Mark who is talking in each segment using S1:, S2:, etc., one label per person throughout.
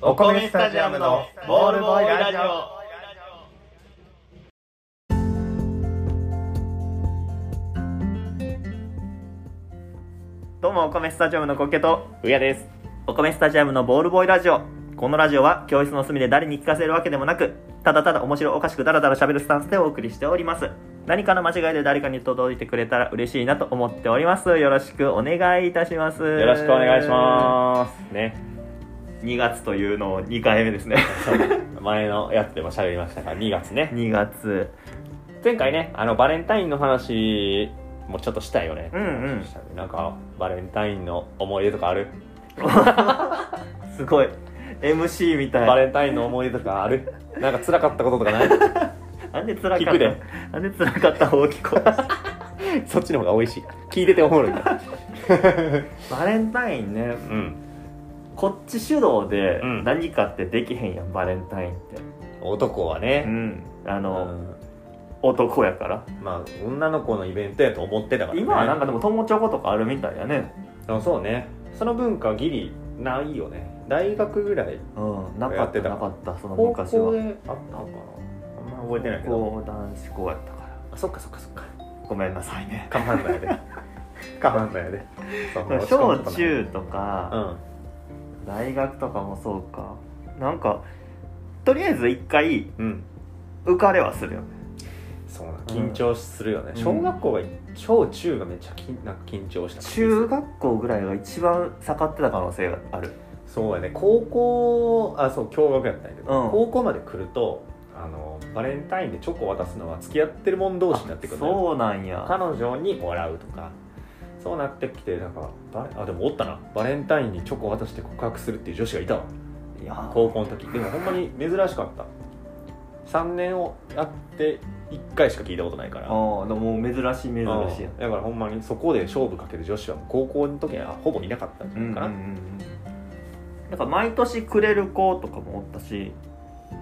S1: お米スタジアムのボールボーイラジオ
S2: どうもお米スタジアムのコケと
S1: うやです
S2: お米スタジアムのボールボーイラジオこのラジオは教室の隅で誰に聞かせるわけでもなくただただ面白おかしくダラダラ喋るスタンスでお送りしております何かの間違いで誰かに届いてくれたら嬉しいなと思っておりますよろしくお願いいたします
S1: よろしくお願いしますね
S2: す2月というのを2回目ですね
S1: 前のやつでも喋りましたが2月ね
S2: 2月
S1: 前回ねあのバレンタインの話もちょっとしたよね
S2: うんうん
S1: なんかバレンタインの思い出とかある
S2: すごい MC みたい
S1: バレンタインの思い出とかあるなんか辛かったこととかない
S2: なんで辛かった
S1: 聞くで
S2: なんで辛かった方を聞こう
S1: そっちの方が美味しい聞いてておもろいから
S2: バレンタインね
S1: うん
S2: こっち主導で
S1: うん
S2: 何かってできへんやん、バレンタインって
S1: 男は
S2: う
S1: ね、
S2: んあ
S1: う
S2: の、
S1: ん
S2: 男やから
S1: まあ女の子のイベントやと思ってたから、ね、
S2: 今はなんかでも友チョコとかあるみたいやね
S1: あそうねその文化ギリないよね大学ぐらい
S2: うんなか
S1: やっ
S2: ってた
S1: た
S2: なかったその
S1: 高
S2: 昔
S1: 校
S2: は
S1: であったのかなあんま覚えてないけど
S2: 高校男子校やったから
S1: あそっかそっかそっか
S2: ごめんなさいね
S1: カマンダ やでカマンダやでそう落ち込むこと
S2: 小
S1: ない
S2: 中と
S1: う
S2: か、
S1: ん
S2: 大学とかもそうかなんかとりあえず一回
S1: うん
S2: 浮かれはするよね
S1: そうな緊張するよね、
S2: うん
S1: 小学校が小中がめっちゃきなんか緊張した
S2: 中学校ぐらいが一番盛ってた可能性がある
S1: そうやね高校あそう共学やったんやけど、
S2: うん
S1: 高校まで来るとあのバレンタインでチョコ渡すのは付き合ってる者同士になってくるのよ
S2: そうなんや
S1: 彼女にもらうとかそうなってきてなんかバレあでもおったなバレンタインにチョコ渡して告白するっていう女子がいたわ
S2: いや
S1: 高校の時でもほんまに珍しかった3年をやって1回しか聞いたことないから
S2: ああでももう珍しい珍しいや
S1: うんだからほんまにそこで勝負かける女子はもう高校の時にはほぼいなかったんじゃ
S2: うんう
S1: なんいかな、
S2: うんなんか毎年くれる子とかもおったし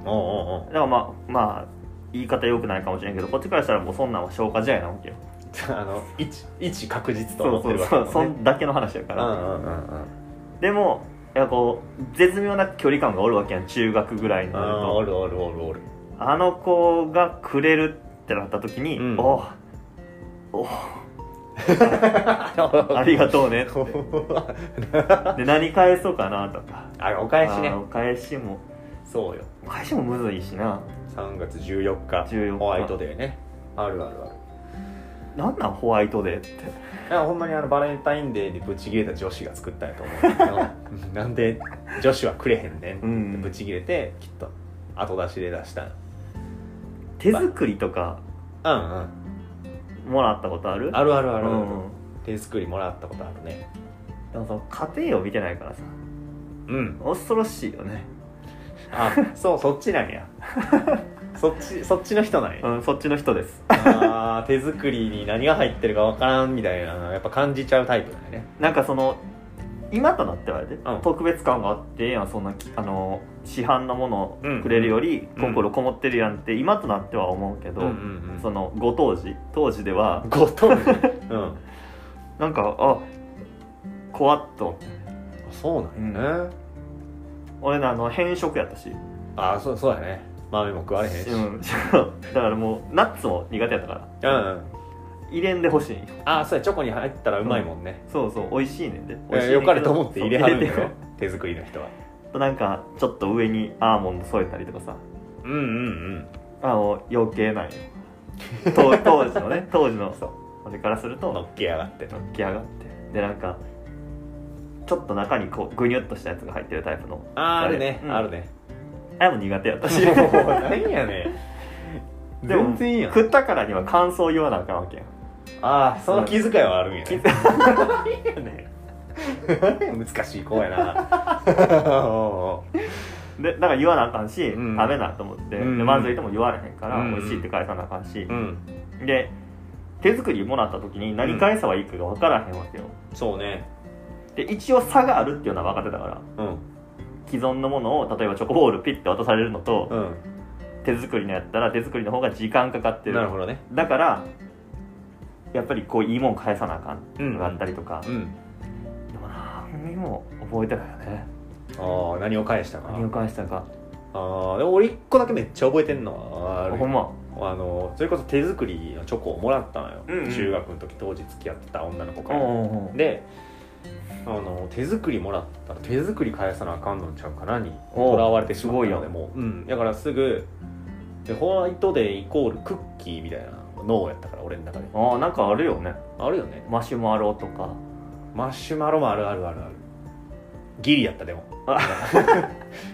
S1: おうおうおう
S2: だからまあまあ言い方良くないかもしれんけどこっちからしたらもうそんなんは消化試合なわけよ
S1: あの一一確実と
S2: そ
S1: 思
S2: うそう
S1: ってるわけ
S2: そ
S1: だ
S2: うそ
S1: もんね
S2: んだけの話やか
S1: う
S2: ら、
S1: んうんうんうん
S2: でもいやこう絶妙な距離感がおるわけやん中学ぐらいになる
S1: あーお
S2: と
S1: るおるおるおる
S2: あの子がくれるってなった時に、
S1: うん
S2: おうおう ありがとう ねってで何返そうかなとか
S1: あお返しね
S2: あーお返しも
S1: そうよ
S2: お返しもむずいしな
S1: 3月14日
S2: 14日
S1: ホワイトデーねあるあるある
S2: なんなんホワイトデーって
S1: いやほんまにあのバレンタインデーでブチギレた女子が作ったんやと思うんだけ どうんなんで女子はくれへんねんっ
S2: う
S1: て
S2: ん
S1: ブチギレてきっと後出しで出した
S2: 手作りとか
S1: うんうん
S2: もらったことある
S1: あるあるあ
S2: あ
S1: る、
S2: うん、
S1: 手作りもらったことあるね
S2: でもその家庭を見てないからさ
S1: うん
S2: 恐ろしいよね、
S1: あそうそっちなんや そっちそっちの人なんや
S2: うん、そっちの人です
S1: あー手作りに何が入ってるかわからんみたいなのやっぱ感じちゃうタイプなんやね
S2: なんかその今となってはやで、
S1: ん
S2: 特別感があってええやんそんなきあの市販のもの
S1: うん
S2: くれるより、
S1: うん
S2: 心こもってるやんって今となっては思うけど、
S1: ん
S2: そのご当時当時では
S1: ごとん うん
S2: なんかあこわっと
S1: そうなんやね、
S2: 俺のあの変色やったし
S1: ああそうそうやね豆も食われへんし
S2: う
S1: う
S2: ん、
S1: ん
S2: そうだからもうナッツも苦手やったから
S1: うん
S2: 入れんでほしいんよ
S1: ああそうやチョコに入ったらうまいもんね、
S2: そうそう美味しいねんで
S1: え
S2: 美味しいねんけど
S1: よかれと思って入れはるんだ
S2: そう入
S1: よ
S2: れて
S1: 手作りの人は
S2: あとなんかちょっと上にアーモンド添えたりとかさ
S1: うんうん
S2: あの余計なんよ 当当時のね当時の
S1: そう
S2: 俺からする
S1: う
S2: と
S1: んのっけやがって
S2: 乗っけ上がってでなんかちょっと中にこうぐにゅっとしたやつが入ってるタイプの
S1: あーあるね、
S2: うん
S1: あるね
S2: あれも苦手やったし
S1: もう何やねん
S2: でも
S1: 全然いいやん
S2: 食ったからには感想言わなあかんわけやん
S1: ああその気遣いはあるんや
S2: 気
S1: ね
S2: 遣
S1: 難しい子やなおうおう
S2: でだから言わなあかんし、
S1: うん
S2: 食べなと思って、
S1: うん
S2: でまずいとも言われへんから、
S1: うん
S2: 美味しいって返さなあかんし
S1: う、ん
S2: で手作りもらった時に何返せばいいかが分からへんわけよ
S1: そうね
S2: で一応差があるっていうのは分かってたから
S1: うん
S2: 既存のものを例えばチョコボールピッて渡されるのと、
S1: うん
S2: 手作りのやったら手作りの方が時間かかってる
S1: なるほどね
S2: だからやっぱりこういいもん返さなあかんのがあったりとか、
S1: うん
S2: でも何にも覚えてないよね
S1: ああ何を返したか
S2: 何を返したか
S1: ああでも俺一個だけめっちゃ覚えてんのはある
S2: ほんま
S1: あのそれこそ手作りのチョコをもらったのよ、
S2: うんうん
S1: 中学の時当時付き合ってた女の子
S2: う
S1: か
S2: ん
S1: ら、
S2: うんうん
S1: であの手作りもらったら手作り返さなあかんのんちゃうかなにと
S2: おう
S1: らわれてしまった
S2: すご
S1: の
S2: い
S1: で
S2: やん
S1: もう、うん、だからすぐでホワイトデーイコールクッキーみたいな脳やったから俺の中で
S2: ああなんかあるよね
S1: あるよね
S2: マシュマロとか
S1: マシュマロもあるあるあるあるギリやった でも
S2: あ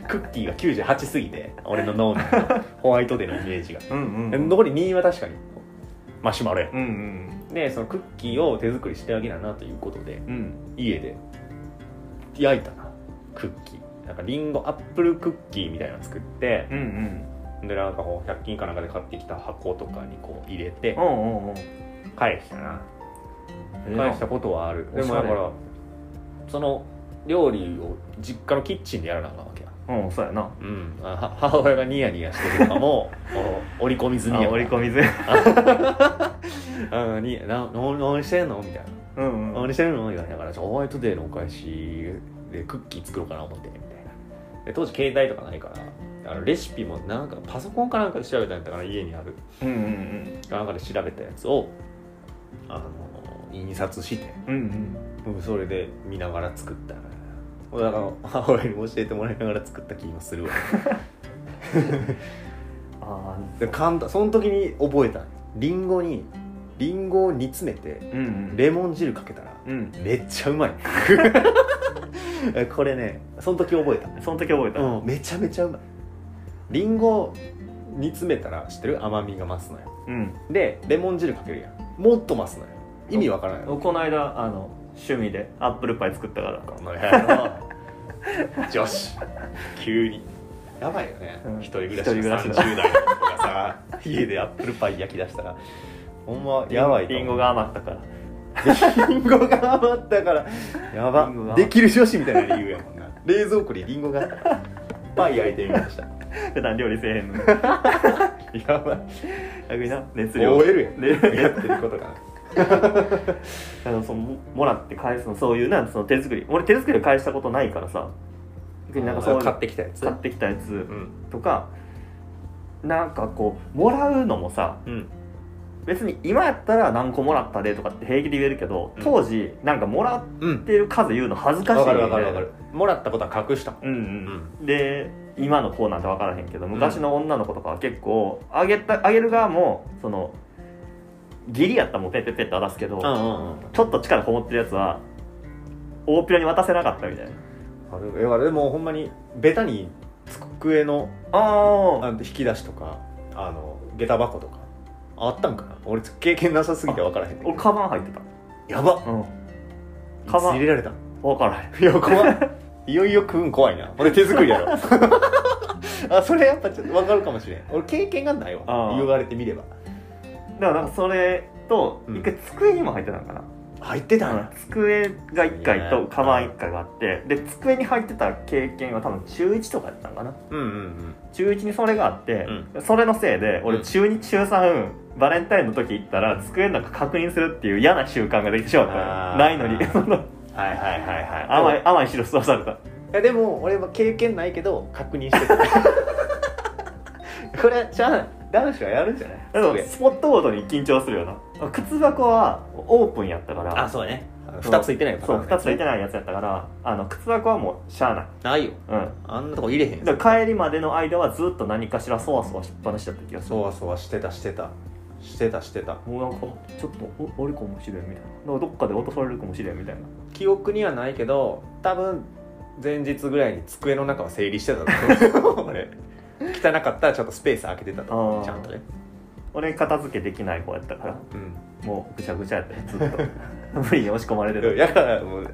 S1: クッキーが98過ぎて俺の脳の ホワイトデーのイメージが
S2: うんううん
S1: 残り2は確かにマシュマロや
S2: うん
S1: でそのクッキーを手作りしてあげななということで
S2: うん
S1: 家で焼いたなクッキーなんかリンゴアップルクッキーみたいなの作って
S2: うんうん
S1: でなんかこう100均かなんかで買ってきた箱とかにこう入れて
S2: うんうんうん
S1: 返したな
S2: ええな
S1: 返したことはある
S2: おしゃれ
S1: でもだからその料理を実家のキッチンでやらなあかんわけや
S2: うんそうやな
S1: うんあは母親がニヤニヤしてるの かもお織り込み済み
S2: あ
S1: や
S2: 折り込みず
S1: みになな何してんのみたいな
S2: うんうん
S1: 何してるのみたいなだからホワイトデーのお返しでクッキー作ろうかな思ってみたいなで当時携帯とかないからあのレシピもなんかパソコンかなんかで調べたんやったかな家にある
S2: うんうん
S1: かなんかで調べたやつをあの印刷して
S2: うんうん
S1: 僕それで見ながら作った俺だから母親に教えてもらいながら作った気も するわ
S2: あ
S1: で簡単その時に覚えたりんごにりんごを煮詰めて
S2: あうんうん
S1: レモン汁かけたら
S2: うん
S1: めっちゃうまい これねその時覚え
S2: その時覚え
S1: た、
S2: た
S1: うん、めちゃめちゃうまいりんご煮詰めたら知ってる甘みが増すのよ
S2: うん
S1: でレモン汁かけるやんもっと増すのよ意味わからない
S2: この間あの趣味でアップルパイ作ったから
S1: この野郎女子急にやばいよね、
S2: うん
S1: 一人暮らしの
S2: 一人暮らし
S1: 30
S2: の
S1: 代の子がさ家でアップルパイ焼き出したらほんまやばいと
S2: リン
S1: 思
S2: ゴ
S1: う
S2: が余ったから
S1: リンゴが余ったからや
S2: リンゴが
S1: ば
S2: 余
S1: で
S2: っ
S1: きる女子みたいな理由やもんな冷蔵庫にリンゴがあっ たからパイ焼いてみました
S2: 普段料理せえへんのに
S1: やばい
S2: 逆にな熱量
S1: 燃える
S2: ね
S1: やんやってることかな
S2: あのそのももらって返すのそういうなその手作り俺手作り返したことないからさ逆になんかそういう
S1: 買ってきたやつ
S2: 買ってきたやつ
S1: うん
S2: とかなんかこうもらうのもさ
S1: うん
S2: 別に今やったら何個もらったでとかって平気で言えるけど
S1: うん
S2: 当時なんかもら
S1: うん
S2: ってる数言うの恥ずかしい
S1: わ
S2: よね
S1: かるわかるわかるもらったことは隠したもん
S2: うんうん、で今の子なんて分からへんけど昔の女の子とかは結構あげたあげる側もその義理やったらもうペッペッペッと出すけど、
S1: うんうんうん
S2: ちょっと力こもってるやつは大っぴらに渡せなかったみたいな
S1: あれだからでもほんまにベタに机の
S2: あ
S1: あの引き出しとかあの下駄箱とかあったんかな俺経験なさすぎて分からへんねん
S2: 俺カバン入ってた
S1: やばっ
S2: うん
S1: いつ
S2: カバン
S1: 入れられた
S2: 分からへん
S1: いや怖いいよいよ食うん怖いな俺手作り やろあそれやっぱちょっと分かるかもしれん俺経験がないわ
S2: あー
S1: 言われてみれば
S2: だからなんかそれと
S1: うん
S2: 一回机にも入ってたんかな、
S1: 入ってた
S2: あ
S1: ん
S2: の
S1: や
S2: 机が1回
S1: いい
S2: と
S1: ね
S2: カバン1回があってで机に入ってた経験は多分中1とかやったんかな
S1: うんうん
S2: 中1にそれがあって、それのせいで俺
S1: うん
S2: 中2中3バレンタインの時行ったら机の中確認するっていう嫌な習慣ができてしまった
S1: あ
S2: の
S1: ー
S2: ないのに その
S1: うんはいはいはいはい
S2: 甘い
S1: い
S2: 甘い汁吸わされた
S1: やでも俺は経験ないけど確認して たこれちゃん男子はやるんじゃない
S2: でも
S1: それ
S2: スポットごとに緊張するよな靴箱はオープンやったから
S1: そうね
S2: そう
S1: 2ついてないパタ
S2: そ
S1: ー
S2: う
S1: ンね
S2: 2つ入ってないやつやったからあの靴箱はもうしゃあない
S1: ないよ
S2: う
S1: あんなとこ入れへん
S2: んだから帰りまでの間はずっと何かしらそわそわしっぱなしだった気がする
S1: そわそわしてたしてたしてたしてた
S2: もうなんかちょっとお俺かもしれんみたいなだからどっかで落とされるかもしれんみたいな
S1: 記憶にはないけど多分前日ぐらいに机の中は整理してたと思う 俺汚かったらちょっとスペース空けてたと思
S2: あー
S1: うちゃんとね
S2: 俺片付けできない子やったから
S1: う
S2: もうぐちゃぐちゃやったよず っと無理に押し込まれて
S1: ん
S2: る
S1: やからもう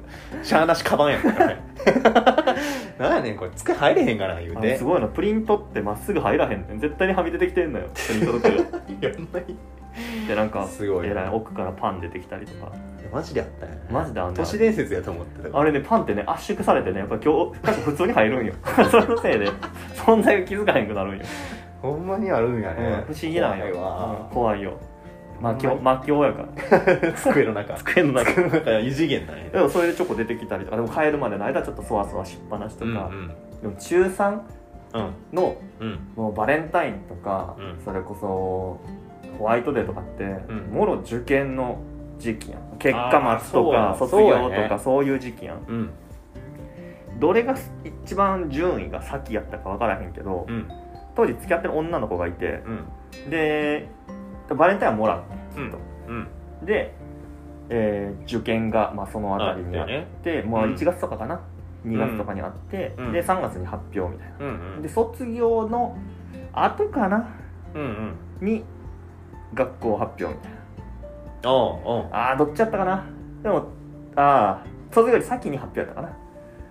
S1: しゃあなしカバンやからね なんやねんこれ机入れへんから言う
S2: あ
S1: て
S2: のすごいのプリントってまっすぐ入らへんねん絶対にはみ出てきてんの よプリントとか
S1: いやほんまに
S2: でなんか
S1: すごい
S2: えらい奥からパン出てきたりとか
S1: マジであったんや
S2: マジであんねん
S1: 都市伝説やと思ってたから
S2: あれねパンってね圧縮されてねやっぱ今日普通に入るんよ そのせいで存在が気づかへんくなるんよ、
S1: ほんまにあるんや
S2: うん
S1: ね
S2: 不思議なんよ
S1: 怖いわ
S2: うん怖いよ魔境
S1: ほん
S2: 魔境やから
S1: 机の中
S2: 机の中
S1: 机の中は異次元だね
S2: でもそれでチョコ出てきたりとかでも帰るまでの間ちょっとそわそわしっぱなしと
S1: うんう
S2: か、
S1: ん
S2: でも中3
S1: うん
S2: の
S1: うん
S2: もうバレンタインとか、
S1: うん
S2: それこそホワイトデーとかって、
S1: ん
S2: もろ受験の時期やん結果
S1: あー
S2: 待つとか
S1: そう
S2: 卒
S1: そうや
S2: 業と
S1: ね
S2: かそういう時期やん
S1: うん
S2: どれが一番順位が先やったか分からへんけど、
S1: うん
S2: 当時付き合ってる女の子がいて
S1: うん
S2: でバレンタインはもらって
S1: うんうん
S2: で、えー受験が、まあ、そのあたりにあっ
S1: ね
S2: て、もう
S1: うん
S2: 1月とかかな、2月とかにあって、
S1: うん
S2: で3月に発表みたいな、
S1: うんうん
S2: で卒業の後かな
S1: うんうん
S2: に学校発表みたい
S1: おうおう
S2: なあーどっちやったかなでもああ卒業より先に発表やったかな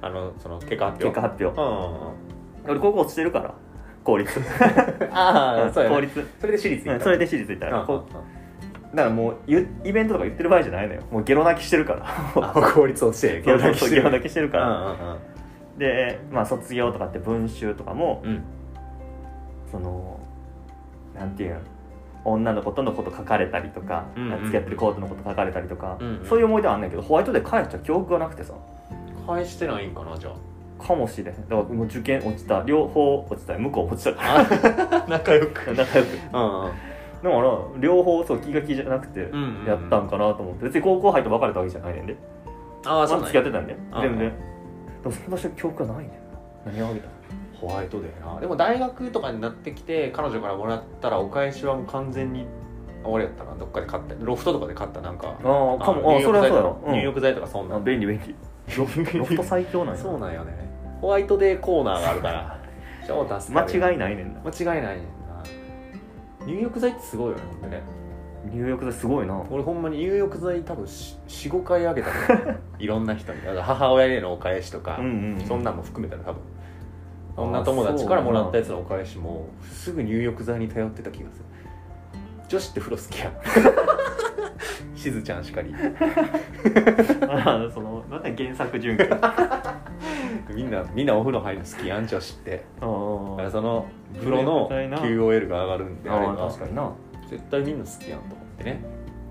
S1: あのその結果発表
S2: 結果発表
S1: う
S2: 俺高校落ちてるから公立
S1: んうん ああそうや
S2: 公
S1: ね
S2: 立
S1: それで私立
S2: う
S1: 行
S2: ん
S1: った
S2: それで私立行った
S1: うんう
S2: ら、
S1: ん
S2: こうだからもうゆイベントとか言ってる場合じゃないのよもうゲロ泣きしてるから
S1: あ効率落ちて
S2: ゲロ泣き
S1: し
S2: して
S1: て
S2: る
S1: るう
S2: か
S1: ん
S2: ら、
S1: うん
S2: でまあ卒業とかって文集とかも、
S1: うん
S2: そのなんていうん女の子とのこと書かれたりとか、
S1: うんうん
S2: 付き合ってる子とのこと書かれたりとか、
S1: うんうん
S2: そういう思い出はあんねんけどホワイトで返した記憶がなくてさ
S1: 返してないんかなじゃ
S2: かもしれへんだからもう受験落ちた両方落ちた向こう落ちたか
S1: あ 仲良く
S2: ら仲良くだか
S1: うんうん
S2: ら両方そう気が気じゃなくて
S1: うんうん
S2: やったんかなと思って別に高校入って別れたわけじゃないねんで、
S1: あ
S2: ま
S1: あ
S2: だ
S1: そう
S2: 付
S1: なん
S2: き合ってた
S1: や
S2: んで
S1: あ
S2: 全然でもその場所記憶がないねん何をあげた
S1: ホワイトデーなでも大学とかになってきて彼女からもらったらお返しはもう完全にあ俺やったなどっかで買ったロフトとかで買ったなんか
S2: ああかもあそれはそうやろ、うん
S1: 入浴剤とかそんな
S2: あ便利便 利
S1: ロフ
S2: ロフト最強なんや
S1: そうなんよねホワイトデーコーナーがあるから超助かる
S2: 間違いないねんな
S1: 間違いないねんな入浴剤ってすごいよねほんでね
S2: 入浴剤すごいな
S1: 俺ほんまに入浴剤多分45回あげたから いろんな人にだから母親へのお返しとか、
S2: うんうん
S1: そんなんも含めたら多分そんな友達からもらったやつのお返しもすぐ入浴剤に頼ってた気がする女子って風呂好きやん しずちゃんしかり
S2: あ そのなんか原作循環
S1: みんなみんなお風呂入るの好きやん女子ってだから
S2: あ
S1: その風呂の
S2: 入浴剤な
S1: QOL が上がるんであれ
S2: あ
S1: ば
S2: 確かにな
S1: 絶対みんな好きやんと思ってね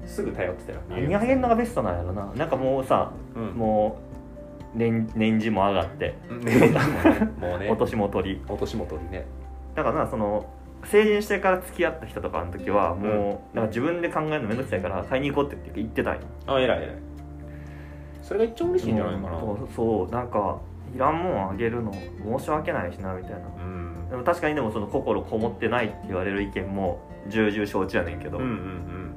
S1: すぐ頼ってたよ
S2: 何あげんのがベストなんやろななんかもうさ
S1: うんも
S2: もう年年次も上がって
S1: う ねもうね
S2: お年も取り
S1: お年も取りね
S2: だからなその成人してから付き合った人とかの時はもう、なんか自分で考えるのめんどくさいから買いに行こうって言って行ってたんよ
S1: あ偉い偉いそれが一番嬉しいんじゃないかな
S2: もうそうそうなんかいらんもんあげるの申し訳ないしなみたいな
S1: うん
S2: でも確かにでもその心こもってないって言われる意見も重々承知やねんけど、
S1: うんうんうん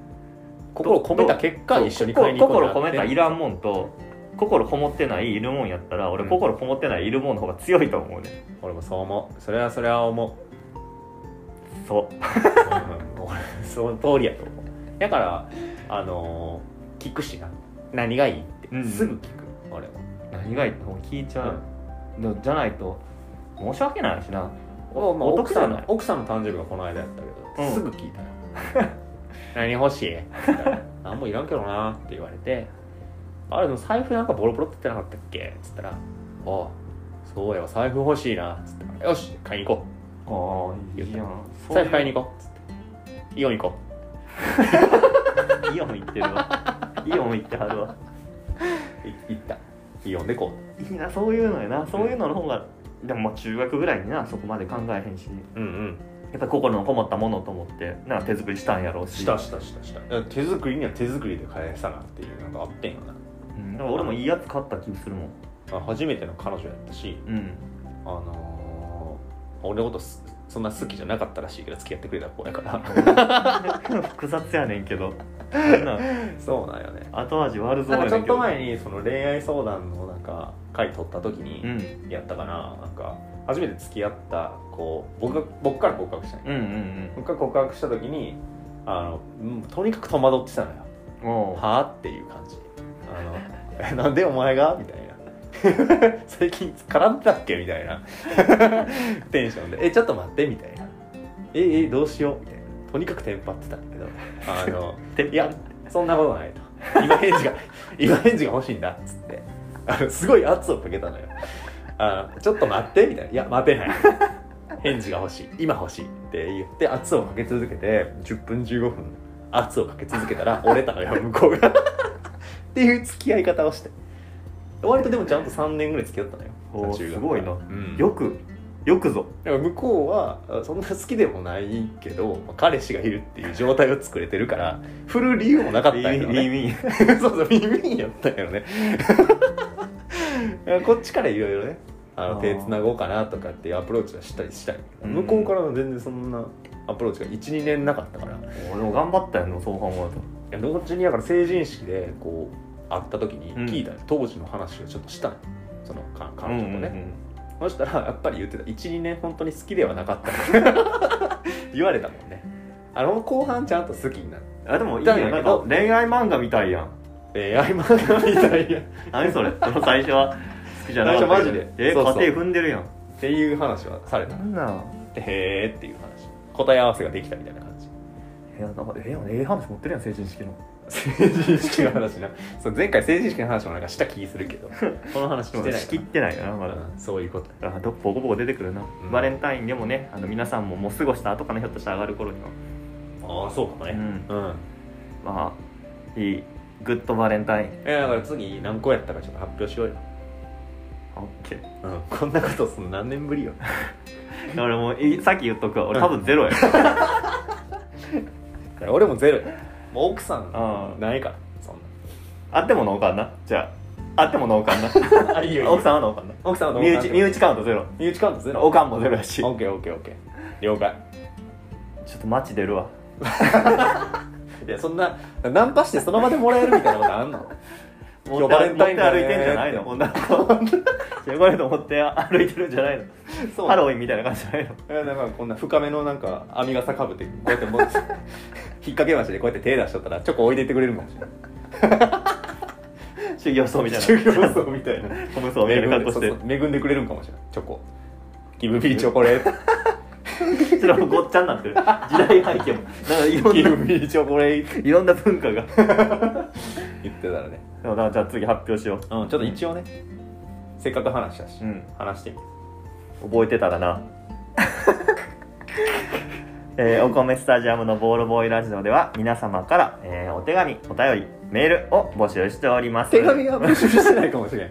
S1: 心込めた結果一緒に買いに行こう
S2: 心
S1: って
S2: 込めたいらんもんと心こもってないいるもんやったら俺
S1: うん
S2: 心こもってないいるもんの方が強いと思うね
S1: 俺もそう思うそれはそれは思う
S2: そ
S1: うん俺その通りやと思うだからあのー聞くしな何がいいって、
S2: うん
S1: すぐ聞く俺も
S2: う何がいいってもう聞いちゃう、でもじゃないと申し訳ないしな
S1: おまあ、
S2: お得
S1: 奥
S2: じゃ
S1: さん
S2: ない
S1: の奥さんの誕生日がこの間やったけど、
S2: うん
S1: すぐ聞いたよ 何欲しい って言ったら何もいらんけどなって言われてあれでも財布なんかボロボロって言ってなかったっけっつったら「ああそうやわ財布欲しいな」っつったら「よし買いに行こ
S2: ああ
S1: いいやんう
S2: 財
S1: 財
S2: 布
S1: 布
S2: 買
S1: 買
S2: い
S1: い
S2: に
S1: に行こう」っつって「イオン行こ
S2: 行イオン行ってる わイオン行ってはるわ
S1: う」い行ったイオンでこ
S2: いいなそういうのやなそういうのの方がでもまあ中学ぐらいになそこまで考えへんし
S1: ううんうん
S2: やっぱ心のこもったものと思ってなんか手作りしたんやろうし
S1: したしたしたしただから手作りには手作りで返さなっていうなんかあってんよな
S2: うん、だから俺もいいやつ買った気するもん
S1: まあ初めての彼女やったし
S2: うん
S1: あのー俺のことすそんな好きじゃなかったらしいけど付き合ってくれた子やから
S2: 複雑やねんけどあんな
S1: そうなんよね
S2: 後味悪そうや
S1: なん
S2: ね
S1: か
S2: ん
S1: ちょっ
S2: けど
S1: と前にその恋愛相談のなんか回取った時
S2: う
S1: に
S2: ん
S1: やったかな,、なんか初めて付き合った子僕が僕から告白したん
S2: う
S1: や
S2: んうん
S1: 僕から告白した時にあのうんとにかく戸惑ってたのよ
S2: うんお
S1: はあっていう感じあの えなんでお前がみたいな 最近絡んでたっけみたいな テンションで「えちょっと待って」みたいな「ええどうしよう」みたいなとにかくテンパってたんだけどあの
S2: て
S1: いやそんなことないと今返事が今返事が欲しいんだっつってあのすごい圧をかけたのよあのちょっと待ってみたいな「いや待てない」返事が欲しい今欲しいって言って圧をかけ続けて10分15分圧をかけ続けたら折れたのよ向こうがっていう付き合い方をして割とでもちゃんと3年ぐらい付き合ったのよ
S2: おー
S1: 中学
S2: すごいな
S1: うん
S2: よくよくぞ
S1: だから向こうはあそんな好きでもないけど、まあ彼氏がいるっていう状態を作れてるから振る理由もなかったんやけど、ね、
S2: ウィンウィンウィン
S1: そうそう、ビンビンやったよね。 こっちからいろいろね、あ
S2: あ
S1: の
S2: ー
S1: 手つなごうかなとかっていうアプローチはしたりしたい。
S2: うん
S1: 向こうからは全然そんなアプローチが1、2年なかったから。い
S2: 俺も頑張ったよねそう考えたら
S1: や、同時にだから成人式でこう会った時に
S2: うん
S1: 聞いたよ、当時の話をちょっとしたの。そのか彼女とね、
S2: うんうんうん
S1: そしたらやっぱり言ってた12年本当に好きではなかった言われたも んねあの後半ちゃんと好きになる
S2: あでもいいよなんか恋愛漫画みたいやん
S1: 恋愛漫画みたいや
S2: 何それその最初は好きじゃなかった
S1: 最初マジで
S2: え
S1: そうそう
S2: 家庭踏んでるやん
S1: っていう話はされた
S2: なんなん
S1: へーっていう話答え合わせができたみたいな感じ
S2: えなんかええやんええ話持ってるやん成人式の
S1: 成人式の話なそう前回成人式の話もなんかした気する けどこの話してない
S2: 仕切ってないよなまだ
S1: うんそういうこと
S2: あどボコボコ出てくるな、
S1: ん
S2: バレンタインでもねあの皆さんももう過ごした後かなひょっとしたら上がる頃には
S1: ああそうかも
S2: うん
S1: うん、
S2: まあいいグッドバレンタイン
S1: えだから次何個やったかちょっと発表しようよ、
S2: オッケー
S1: うん、こんなことするの何年ぶりよ
S2: 俺もういさっき言っとくわ俺多分ゼロや、
S1: 俺もゼロやもう奥さん
S2: あ
S1: ないからそん
S2: あっても農家なじゃああっても農家な
S1: なあいい
S2: 奥
S1: 奥さ
S2: さん
S1: ん
S2: は農家な
S1: 奥さん
S2: 身内身
S1: 内
S2: 内カウントゼロ
S1: 身内カウントゼロ
S2: おかんもゼロやしちょ
S1: オッケーオッケーオッケー了解
S2: っと街出るわ
S1: いやそんなナンパしてその場 でもらえるみたいなことあんの今
S2: 持っ
S1: 日
S2: て
S1: バレンタインだね
S2: 持って歩いてんじゃないの女の子チョコレート持って歩いてるんじゃないの
S1: そう
S2: ハロウィンみたいな感じじゃないの
S1: いやなんかこんな深めのなんか編み傘かぶってこうやって 持って引っ掛けましでこうやって手出しとったらチョコ置いていってくれるかもしれない
S2: 修行僧みたいな
S1: 修行僧みたいな
S2: コム僧みたいな格好し
S1: そうそう恵んでくれるんかもしれないチョコギブビーチョコレート
S2: てそれもごっちゃになってる時代背景もなん かい
S1: ギ
S2: ろ
S1: ブ
S2: んな
S1: ビーチョコレート
S2: いろんな文化が
S1: 言ってたらね、
S2: でもなじゃあ次発表しよう
S1: うん、ちょっと一応ね、せっかく話したし、
S2: うん
S1: 話してみる
S2: 覚えてたら なえーお米スタジアムのボールボーイラジオでは皆様から、えーお手紙お便りメールを募集しております
S1: 手紙は募集してないかもしれ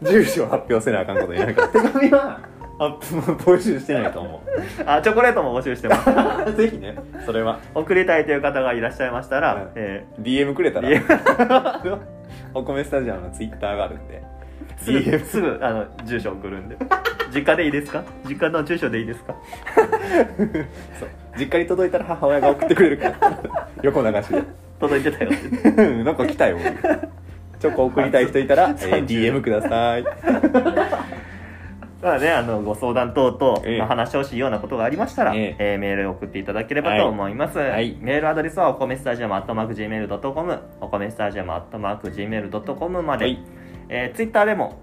S1: ない住所を発表せなあかんことになるから手紙はアップ募集してないと思
S2: あチョコレートも募集して ます
S1: う ぜひねそれは
S2: 送りたいという方がいらっしゃいましたら、
S1: うん
S2: え
S1: DM くれたら
S2: DM
S1: あの お米スタジアムのツイッターがあるんで
S2: ーす
S1: DM
S2: ぐすぐあの住所送るん で実家でいいですか実家の住所でいいですか
S1: そう実家に届いたら母親が送ってくれるから 横流し
S2: 届いてたよって
S1: で うんなんか来たよチョコ送りたい人いたら、えー DM ください
S2: まあね、あのご相談等々、
S1: ええ
S2: まあ話してほしいようなことがありましたら、え
S1: え
S2: ーメールを送っていただければと思います、
S1: はい
S2: メールアドレスはお米スタジアムアットマーク Gmail.com お米スタジアムアットマーク Gmail.com まで、
S1: はい
S2: えー、ツイッターでも、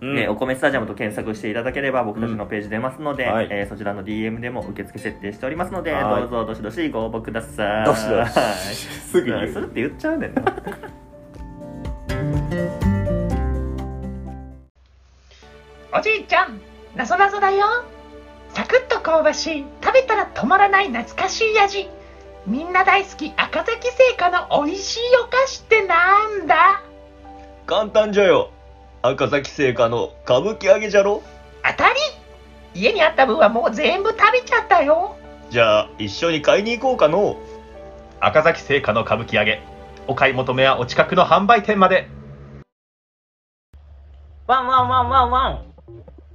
S1: うん
S2: えーお米スタジアムと検索していただければ僕たちのページ出ますので、
S1: うんはい
S2: えーそちらの DM でも受付設定しておりますので
S1: はい
S2: どうぞどしどしご応募ください
S1: どしどし す
S2: す
S1: ぐ
S2: ぐ
S1: 言
S2: するっ
S1: う
S2: て言っちゃうねんな
S3: おじいちゃん、なぞなぞだよ。サクッと香ばしい、食べたら止まらない懐かしい味。みんな大好き赤崎製菓の美味しいお菓子ってなんだ
S4: 簡単じゃよ赤崎製菓の歌舞伎揚げじゃろ
S3: 当たり家にあった分はもう全部食べちゃったよ。
S4: じゃあ一緒に買いに行こうかの
S5: 赤崎製菓の歌舞伎揚げお買い求めはお近くの販売店まで
S6: ワンワンワンワンワン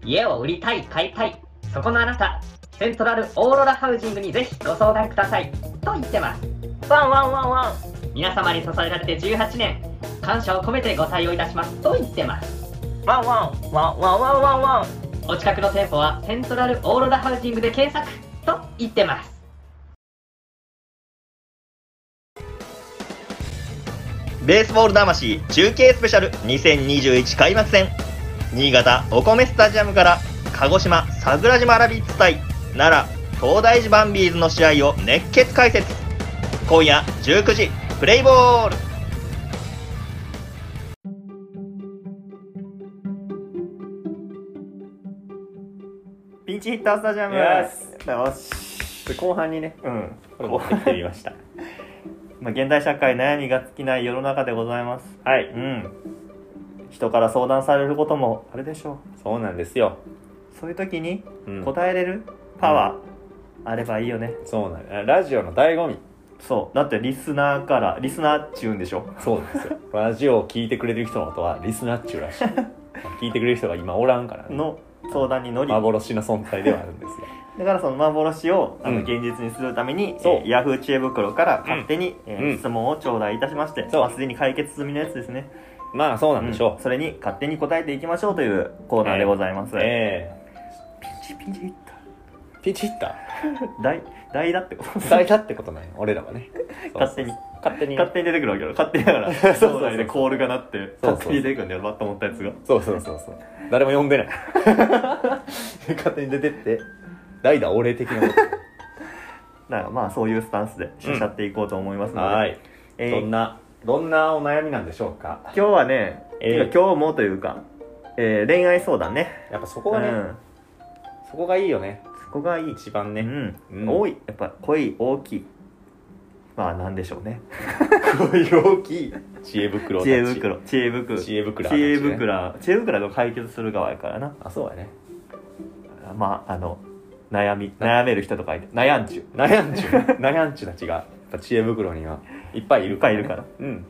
S6: 家を売りたい買いたいそこのあなたセントラルオーロラハウジングにぜひご相談くださいと言ってますワンワンワンワン皆様に支えられて18年感謝を込めてご対応いたしますと言ってますワンワンワンワンワンワンワンお近くの店舗はセントラルオーロラハウジングで検索と言ってます
S4: ベースボール魂中継スペシャル2021開幕戦新潟お米スタジアムから鹿児島桜島ラビッツ対奈良東大寺バンビーズの試合を熱血解説今夜19時プレイボール
S2: ピンチヒッタースタジアム
S1: よ
S2: よし
S1: 後半にね
S2: うん
S1: これ持ってきてみました
S2: まあ、現代社会悩みが尽きない世の中でございます
S1: は
S2: う
S1: い
S2: ん人から相談されることもあれでしょ
S1: そうなんですよ、
S2: うそういう時に
S1: うん、
S2: 答えれるパワー、あればいいよね
S1: そうなんだラジオの醍醐味
S2: そうだってリスナーからリスナーっちゅうんでしょ
S1: そうなんですよラジオを聞いてくれる人のことはリスナーっちゅうらしい聞いてくれる人が今おらんからね
S2: の相談に乗りだ
S1: 幻の存在ではあるんですが
S2: からその幻をあの
S1: うん
S2: 現実にするために、
S1: そう
S2: えーヤフー知恵袋から勝手に、えー
S1: うん
S2: 質問を頂戴いたしまして、
S1: そう
S2: まあ、すでに解決済みのやつですね
S1: まあそうなんでしょ
S2: うんそれに勝手に答えていきましょうというコーナーでございます、
S1: う、え
S2: ピチピチいった
S1: えピチッた
S2: 大大だってこと
S1: 伝えたってことなんよ俺らはねそう
S2: 勝手に
S1: 勝手に
S2: 勝手に出てくるわけよ勝手にだ から
S1: そうそうそう
S2: 将来でコールが鳴って
S1: そうそう
S2: 勝手に出てくるんだよバッと思ったやつが
S1: そうそうそうそう誰も呼んでない 勝手に出てって代打お礼的なこ
S2: だからまあそういうスタンスでしゃしゃっていこうと思います
S1: と
S2: ので、
S1: はい、
S2: えー
S1: どんなどんなお悩みなんでしょうか
S2: 今日はね、
S1: えー
S2: てか今日もというか、えー恋愛相談ね
S1: やっぱそこはね、
S2: うん、
S1: そこがいいよね
S2: そこがいい、
S1: 一番
S2: う
S1: ね、
S2: ん
S1: うん
S2: 多いやっぱ恋大きいまあなんでしょうね
S1: 恋大きい知恵袋たち
S2: 知恵袋知恵袋
S1: 知恵袋
S2: 知恵袋知恵袋が解決する側やからな
S1: あそうやね
S2: まああの悩み悩める人とかいて悩んじゅう
S1: 悩んちゅう 悩んちゅうたちがやっぱ知恵袋にはいっぱいいるから、ね、
S2: いっぱいいるか
S1: うん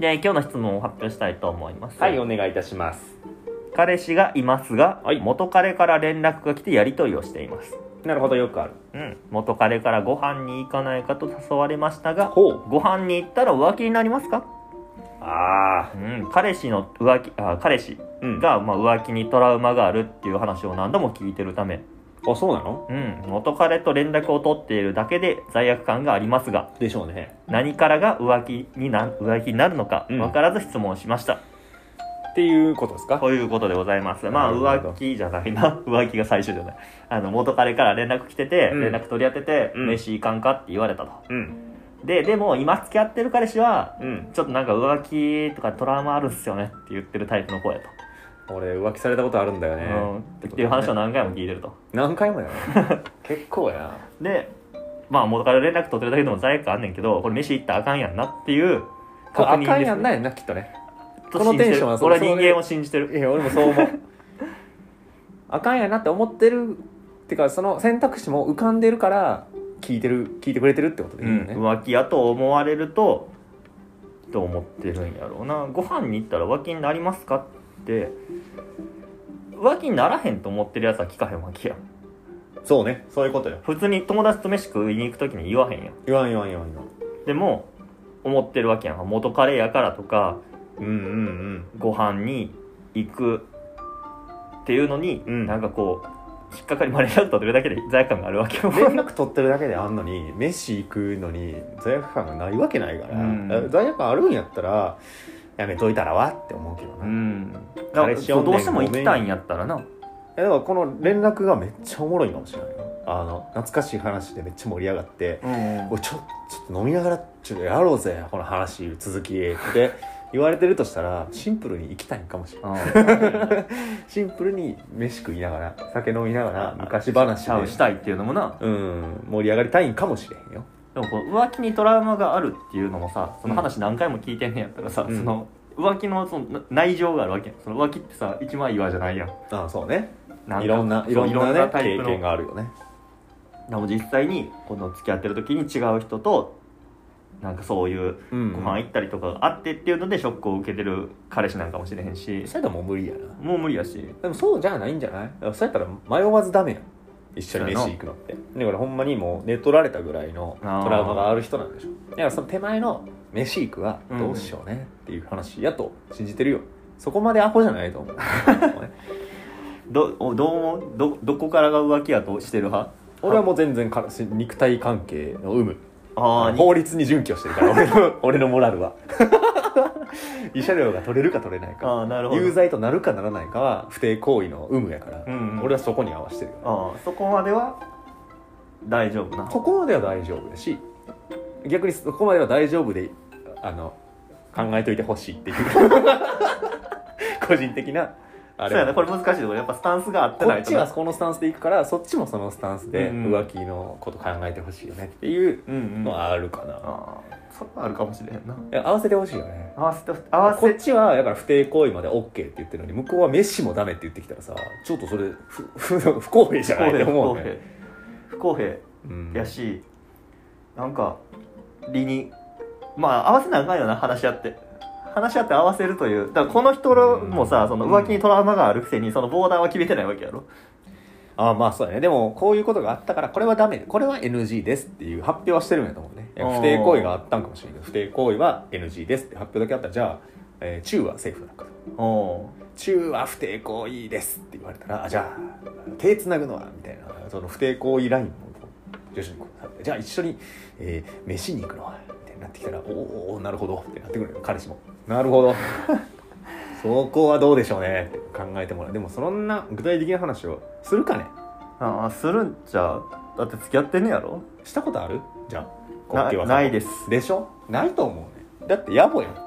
S2: で今日の質問を発表したいと思います
S1: はいお願いいたします
S2: 彼氏がいますが、
S1: はい
S2: 元彼から連絡が来てやり取りをしています、
S1: なるほどよくある
S2: うん、元彼からご飯に行かないかと誘われましたが
S1: ほう
S2: ご飯に行ったら浮気になりますか、
S1: ああ
S2: うん、彼氏の浮気あ彼氏
S1: うん
S2: が、まあ、浮気にトラウマがあるっていう話を何度も聞いてるため、
S1: あそうなの
S2: うん、元彼と連絡を取っているだけで罪悪感がありますが
S1: でしょうね
S2: 何からが浮気にな浮気になるのか
S1: うん
S2: 分からず質問しました、
S1: っていうことですか
S2: ということでございますまあ
S1: なるほど
S2: 浮気じゃないな 浮気が最初じゃないあの元彼から連絡来てて、
S1: うん
S2: 連絡取り合ってて、
S1: うん
S2: 飯行かんかって言われたと
S1: うん
S2: ででも今付き合ってる彼氏は
S1: うん
S2: ちょっとなんか浮気とかトラウマあるんすよねって言ってるタイプの子やと、
S1: 俺浮気されたことあるんだよね、
S2: うん、っていう話を何回も聞いてると
S1: 何回もや な結構やな
S2: でまあ元彼連絡取ってるだけでも罪悪感あんねんけどこれ飯行ったらあかんやんなっていう
S1: これ
S2: 確
S1: あ
S2: 認
S1: かん
S2: で
S1: や
S2: す、
S1: ん
S2: ね、
S1: ないなきっとね
S2: と
S1: この
S2: 信じて
S1: テン
S2: る
S1: ションはそう
S2: 俺は人
S1: そういう
S2: 間を信じてる
S1: いや俺もそう思うあかんやなって思ってるってかその選択肢も浮かんでるから聞いてる聞いてくれてるってことで
S2: う
S1: いいよ
S2: ん、
S1: ね、
S2: 浮気やと思われるとと思ってるんやろうなご飯に行ったら浮気になりますかって浮気にならへんと思ってるやつは聞かへんわけや
S1: そうねそういうことよ
S2: 普通に友達と飯食いに行く時に言わへんや
S1: 言わん言わん言わん言わん
S2: でも思ってるわけやん元カレやからとか
S1: うんうん
S2: ご飯に行くっていうのに、
S1: うん
S2: なんかこう引っかかりまれなくとるだけで罪悪感があるわけよ
S1: うん連絡取ってるだけであんのに 飯行くのに罪悪感がないわけないから、
S2: うん
S1: 罪悪感あるんやったらやめといたらわって思うけどな、
S2: う
S1: い
S2: んだから
S1: 彼氏
S2: そ
S1: 呼ん
S2: う
S1: で
S2: ど
S1: ん
S2: うしても行きたいんやったらな
S1: やだからこの連絡がめっちゃおもろいかもしれないよあの懐かしい話でめっちゃ盛り上がって、
S2: うん
S1: おいちょちょっと飲みながらちょっとやろうぜこの話続きって言われてるとしたらシンプルに行きたいんかもしれないシンプルに飯食いながら酒飲みながら昔話
S2: シャウし
S1: で
S2: たいっていうのもな
S1: うん盛り上がりたいんかもしれんよ
S2: でもこう浮気にトラウマがあるっていうのもさその話何回も聞いてんねやったらさ、
S1: うん
S2: その浮気のそのな内情があるわけやんその浮気ってさ一枚岩じゃないやん
S1: ああそうね
S2: なんか
S1: いろんな
S2: そう
S1: いろんなね
S2: タイ
S1: 経
S2: プの
S1: 験があるよね
S2: でも実際にこの付き合ってる時に違う人となんかそういう
S1: うん
S2: ご飯行ったりとかがあってっていうのでショックを受けてる彼氏なんかもしれへんし
S1: それでもう無理やな
S2: もう無理やし
S1: でもそうじゃないんじゃないだからそうやったら迷わずダメやん一緒に飯行くのってだからほんまにもう寝取られたぐらいのトラウマがある人なんでしょだからその手前の飯行くはどうしようねっていう話やと信じてるよそこまでアホじゃな いと思う
S2: どおどう思うどどこからが浮気やとしてる派
S1: 俺はもう全然からし肉体関係の有無
S2: ああ
S1: 法律に準拠してるから俺の俺のモラルは 慰謝料が取れるか取れないか
S2: あーなるほど
S1: 有罪となるかならないかは不貞行為の有無やから、
S2: うんうん
S1: 俺はそこに合わせてるよ
S2: ああそこまでは大丈夫な
S1: そこまでは大丈夫だし逆にそこまでは大丈夫で あの考えといてほしいっていう個人的なあ
S2: そう
S1: れ
S2: や
S1: は
S2: ねこれ難しいところやっぱスタンスがあって
S1: こ
S2: な
S1: っ
S2: いと
S1: ちはこのスタンスでいくからそっちもそのスタンスで
S2: うん
S1: 浮気のこと考えてほしいよねっていう
S2: うんうん
S1: のはあるかな、
S2: あーそれはあるかもしれへんない
S1: や合わせてほしいよね
S2: 合わせて合わ
S1: こっ
S2: せ
S1: ちはだから不定行為まで OK って言ってるのに向こうは飯もダメって言ってきたらさちょっとそれ不不 不公平じ
S2: 不
S1: ゃな
S2: 公
S1: いって
S2: 平不公
S1: 思うね
S2: 平不公平
S1: うん
S2: やしなんか理にまあ合わせなあかんよな話し合って話し合って合わせるというだからこの人もさ、
S1: うん
S2: その浮気にトラウマがあるくせにそのボーダーは決めてないわけやろ
S1: ああまあそうだねでもこういうことがあったからこれはダメこれは NG ですっていう発表はしてるんやと思うねいや
S2: あー
S1: 不定行為があったんかもしれないけど不定行為は NG ですって発表だけあったらじゃあ、えー中はセーフだから
S2: お
S1: 中は不定行為ですって言われたらあじゃあ手つなぐのはみたいなその不定行為ラインを徐々にこうじゃあ一緒に、えー飯に行くのはみたいになってきたらおーおーおーなるほどってなってくるよ彼氏もなるほど そこはどうでしょうねって考えてもらうでもそんな具体的な話をするかね
S2: ああするんちゃうだって付き合ってんねやろ
S1: したことあるじゃあ
S2: な
S1: コッケはさ
S2: ないです
S1: でしょないと思うねだって野暮やん
S2: い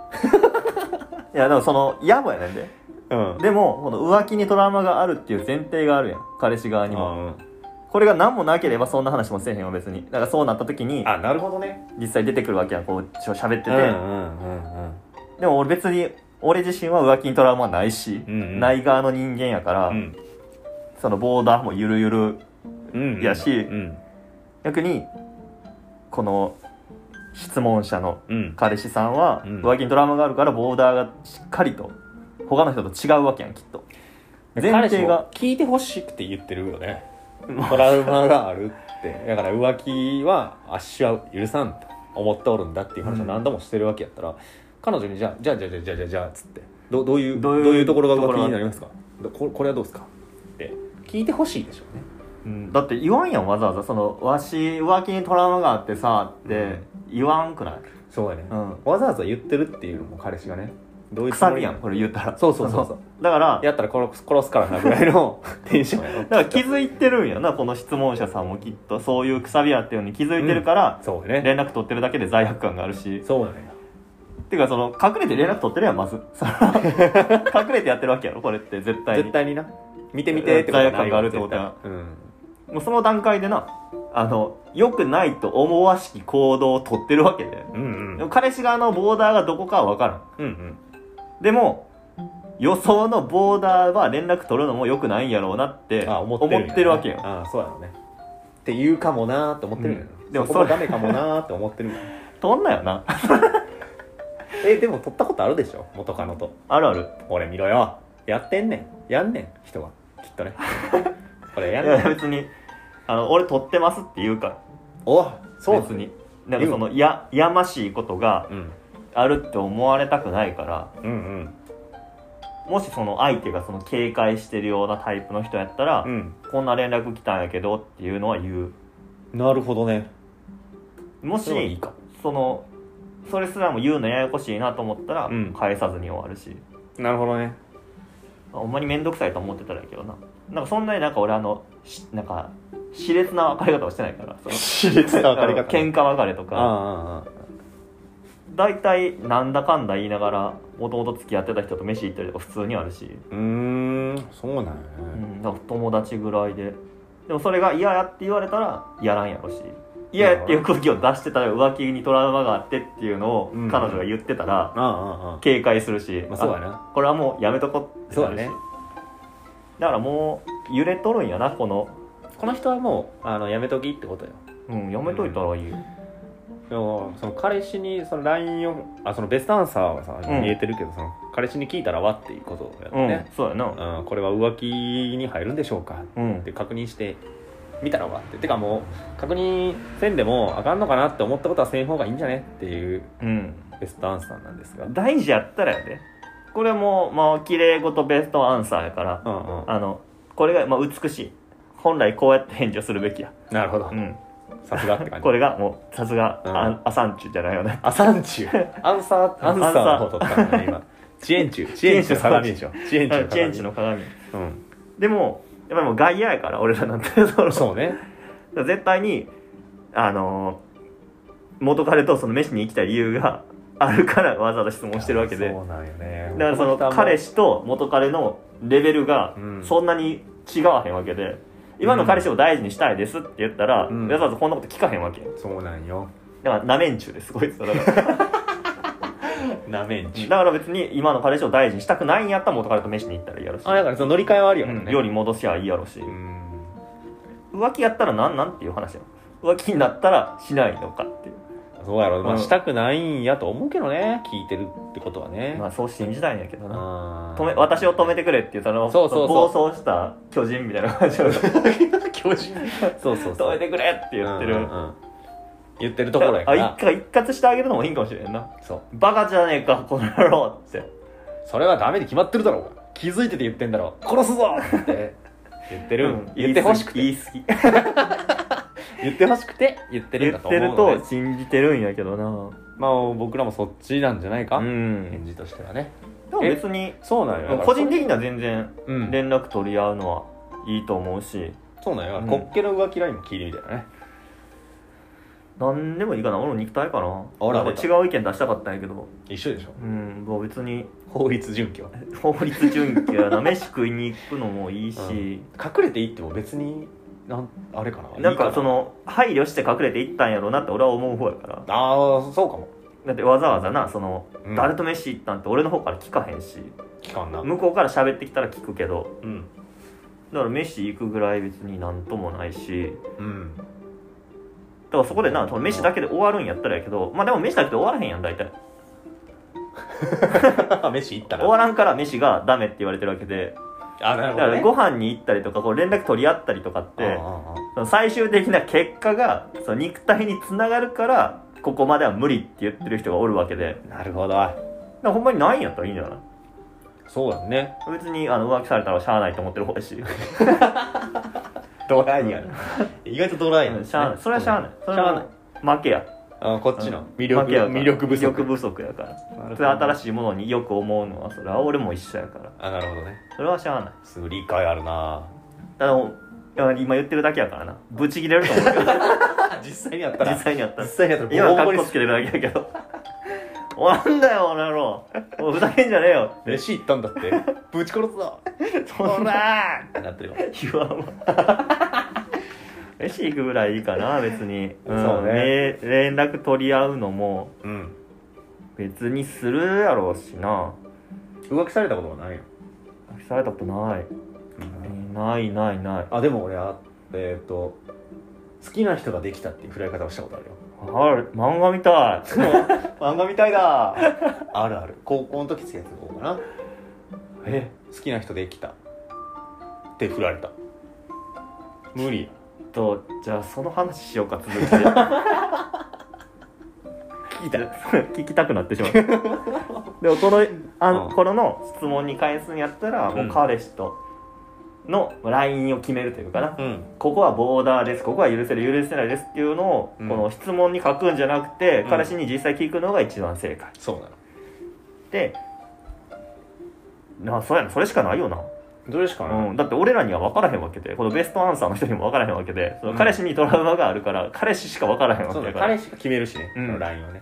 S2: やでもその野暮やねんで
S1: うん
S2: でもこの浮気にトラウマがあるっていう前提があるやん彼氏側にも
S1: あ
S2: これが何もなければそんな話もせえへんよ別にだからそうなった時に
S1: あなるほどね
S2: 実際出てくるわけやんこうちょ喋ってて、
S1: うんうんうんうん
S2: でも俺別に俺自身は浮気にトラウマはないし、
S1: うんうん
S2: ない側の人間やから、
S1: うん
S2: そのボーダーもゆるゆる
S1: うんうん
S2: やし
S1: うん
S2: 逆にこの質問者の
S1: うん
S2: 彼氏さんは
S1: うん
S2: 浮気にトラウマがあるからボーダーがしっかりと他の人と違うわけやんきっと前
S1: 彼氏
S2: 提
S1: も
S2: が
S1: 聞いてほしくて言ってるよねトラウマがあるってだから浮気はあっしは許さんと思っておるんだっていう話を何度もしてるわけやったら、彼女にじゃあ「じゃあじゃあじゃあじゃあじゃあじゃあ」っつってどどういう
S2: ど
S1: ど
S2: う
S1: う
S2: い
S1: いううところが
S2: とこ
S1: 浮
S2: ろ
S1: 気
S2: が
S1: になりますかどここれはどうですかって聞いてほしいでしょうね
S2: うんだって言わんやんわざわざそのわし浮気にトラウマがあってさって言わんくない、
S1: そうだね
S2: うん、
S1: わざわざ言ってるっていうのも彼氏がねどういうつ
S2: 腐る
S1: もり
S2: や
S1: なん
S2: これ言ったら
S1: そうそうそうそう
S2: だから
S1: やったら殺す殺すからなぐ らいの テンションやろ
S2: だから気づいてるんやなこの質問者さんもきっとそういうくさびあっていうのに気づいてるから、
S1: そうだね
S2: 連絡取ってるだけで罪悪感があるし
S1: そうだね
S2: ていうかその隠れて連絡取ってるやんま ずその隠れてやってるわけやろこれって絶対に
S1: 絶対にな見て見てってことはない
S2: 罪悪感
S1: よ
S2: があるってことは
S1: 絶対うん
S2: もうその段階でなあの良くないと思わしき行動を取ってるわけで
S1: うん
S2: でも彼氏側のボーダーがどこかは分からん
S1: うんうん
S2: でも予想のボーダーは連絡取るのも良くないんやろうなって
S1: あ思
S2: 思
S1: ってるんや
S2: ってるわけよ
S1: ああそうやろねって言うかもなーって思ってるんやろ、
S2: うん
S1: ん、
S2: で
S1: で
S2: もそ
S1: もそ
S2: れ
S1: こはダメかもなーって思ってるんや ろ
S2: 取んなよな
S1: えでも取ったことあるでしょ元カノと
S2: あるある
S1: 俺見ろよやってんねんやんねん人はきっと ねこれやん
S2: い
S1: ね
S2: や
S1: ん
S2: 別にあの俺取ってますって言うから
S1: おそう
S2: 別になんかそのややましいことが
S1: うん
S2: あるって思われたくないから
S1: うんうん
S2: もしその相手がその警戒してるようなタイプの人やったら、
S1: うん
S2: こんな連絡来たんやけどっていうのは言
S1: なるほどね
S2: うもし
S1: それはいいか
S2: そのそれすらも言うのややこしいなと思ったら、
S1: うん
S2: 返さずに終わるし
S1: なるほどね
S2: ほんまに面倒くさいと思ってたらやけどななんかそんなになんか俺あのしなんか熾烈な別れ方をしてないからその
S1: 熾烈な分かり方
S2: 喧嘩別れとか
S1: ああああ
S2: 大体なんだかんだ言いながらもともと付き合ってた人と飯行ったりとか普通にあるし、
S1: うーんそうなんや
S2: う
S1: ね
S2: ん、なんか友達ぐらいででもそれが嫌やって言われたらやらんやろし嫌やっていう空気を出してたら浮気にトラウマがあってっていうのを
S1: うん
S2: 彼女が言ってたら
S1: あああああ
S2: 警戒するし、
S1: あまあそうやな
S2: これはもうやめとこってなるし
S1: そうだね
S2: だからもう揺れとるんやなこの、
S1: この人はもうあのやめときってことよ
S2: うん、やめといたらいいよ、
S1: でもその彼氏にその LINE をあそのベストアンサーはさ
S2: うん
S1: 見えてるけど、その彼氏に聞いたらわっていうことやった
S2: うん
S1: ね、
S2: そうやな、
S1: うんこれは浮気に入るんでしょうか
S2: うん
S1: って確認して見たらわっててかもう確認せんでもあかんのかなって思ったことはせん方がいいんじゃねっていう
S2: うん、
S1: ベストアンサーなんですがうん
S2: 大事やったらやでこれもうまあ綺麗事ベストアンサーやから
S1: うん
S2: あのこれがまあ美しい本来こうやって返事をするべきや、
S1: なるほど
S2: うん、
S1: さすがって感じ
S2: これがもうさすが、
S1: うん
S2: あん、アサンチュじゃないよね
S1: アサ ンチュアンサーアンサーの方取ったんだね今遅延中遅延中の鏡でしょ遅延 中
S2: チェンジの鏡
S1: うん
S2: でもやっぱりもう外野やから俺らなんてその
S1: そうね
S2: 絶対にあのー元彼とその飯に行きたい理由があるからわざわざ質問してるわけで
S1: そうなんよね
S2: だからその彼氏と元彼のレベルが
S1: うん
S2: そんなに違わへんわけで今の彼氏を大事にしたいですって言ったら、
S1: うん
S2: わざわざこんなこと聞かへんわけだか
S1: そうなんよ
S2: らなめんちゅうですこいつだから だ
S1: なめんちゅ
S2: から別に今の彼氏を大事にしたくないんやったら元彼と飯に行ったらいいやろし
S1: あだからその乗り換えはあるよ
S2: うん
S1: ね
S2: 料理戻しゃいいやろし
S1: うん
S2: 浮気やったらなんなんっていう話や浮気になったらしないのかっていう
S1: そうやろ
S2: う
S1: まあ
S2: ん
S1: したくないんやと思うけどね聞いてるってことはね
S2: まあそう信じたいんやけどな
S1: あ
S2: 止め私を止めてくれっていうその
S1: そうそうそう
S2: 暴走した巨人みたいな感じを
S1: 教授そうそう
S2: 止
S1: そう
S2: めてくれって言ってる、
S1: うんうんうん言ってるところやか
S2: あ
S1: ら
S2: 一回一括してあげるのもいいんかもしれんな
S1: そう
S2: バカじゃねえかこの野郎って
S1: それはダメで決まってるだろうが気づいてて言ってんだろう殺すぞって言って
S2: う
S1: る、
S2: ん
S1: 言ってほしくて
S2: 言い過ぎ言い過
S1: 言ってほしくて言って
S2: ぎ
S1: る
S2: 言
S1: んだ
S2: っ
S1: と
S2: て
S1: 思う
S2: る
S1: ので
S2: と信じてるんやけどな
S1: まあ僕らもそっちなんじゃないか、
S2: うん
S1: 返事としてはね
S2: でも別に
S1: そうなんよ
S2: 個人的には全然
S1: うん
S2: 連絡取り合うのはいいと思うし
S1: そうなんよ、
S2: うん
S1: こっけの浮気ラインも聞いてみたいなね
S2: 何でもいいかな俺も肉体かな
S1: あら
S2: なんか違う意見出したかったんやけど
S1: 一緒でしょ
S2: うんもう別に
S1: 法律準拠
S2: 法律準拠やな飯食いに行くのもいいし、
S1: うん隠れていっても別になんあれかな
S2: なん
S1: いい
S2: かその配慮して隠れていったんやろうなって俺は思う方やから
S1: ああそうかも、
S2: だってわざわざなその、
S1: うん
S2: 誰と飯行ったんって俺の方から聞かへんし
S1: 聞かんな
S2: 向こうから喋ってきたら聞くけど
S1: うん
S2: だから飯行くぐらい別になんともないし
S1: うん
S2: だからそこでなその飯だけで終わるんやったらやけどまあでも飯だけで終わらへんやん大体
S1: 飯行ったら
S2: 終わらんから飯がダメって言われてるわけで
S1: あな
S2: だ
S1: るほ
S2: か
S1: ど、
S2: ら
S1: ね、
S2: ご飯に行ったりとかこう連絡取り合ったりとかってその最終的な結果がその肉体につながるからここまでは無理って言ってる人がおるわけでだか
S1: なるほど
S2: らほんまにないんやったらいいんじゃない
S1: そうだね
S2: 別にあの浮気されたらしゃあないと思ってる方や し
S1: ドライやな意外とドライ
S2: うんしゃあないそれはしゃあないそれは
S1: しゃ
S2: 負けや
S1: あこっちの
S2: 負
S1: 魅力
S2: けやから
S1: 魅力不
S2: 魅力
S1: 足
S2: 不足やからそれは
S1: 新
S2: 新
S1: しい
S2: しいものによく思うのはそれは俺も一緒やから
S1: あなるほどね
S2: それはしゃあない
S1: すごい理解あるな
S2: ただもう今言ってるだけやからなブチ切れると思うけど
S1: 実際にやった
S2: 実際にやった
S1: 実
S2: ら
S1: 際にやった
S2: 今
S1: ら
S2: は
S1: ボ
S2: カ
S1: コ
S2: ッ
S1: ボコに
S2: コつけてるだけやけど なんだよこの野郎もうふざけんじゃねえよ
S1: 飯行ったんだって ぶち殺すぞ
S2: そんな
S1: ってなってるわ
S2: 言わんわ飯行くぐらいいいかな別に、ん
S1: そうね
S2: れ連絡取り合うのも
S1: うん
S2: 別にするやろうしな
S1: 浮気されたことはないよ
S2: 浮気されたことない、ないないない
S1: あでも俺はえっと好きな人ができたっていう振られ方をしたことあ るよ
S2: ある漫画みたい
S1: 漫画みた いだあるある高校の時付き合ってた子かなえ好きな人できたって振られた無理
S2: とじゃあその話しようか続きで聞きた 聞きたくなってしまうでもこのあの
S1: うん
S2: 頃の質問に返すんやったら、
S1: う
S2: も
S1: ん
S2: う彼氏とのラインを決めるというかな
S1: うん
S2: ここはボーダーですここは許せる許せないですっていうのを、
S1: うん
S2: この質問に書くんじゃなくて、
S1: うん
S2: 彼氏に実際聞くのが一番正解
S1: そうなの
S2: でなあそうやなそれしかないよな、
S1: どれしか
S2: うん、だって俺らには分からへんわけでこのベストアンサーの人にも分からへんわけでその彼氏にトラウマがあるから、彼氏しか分からへんわ
S1: そう
S2: け
S1: だ
S2: だから
S1: ね彼氏が決めるしね、
S2: うん
S1: その LINE をね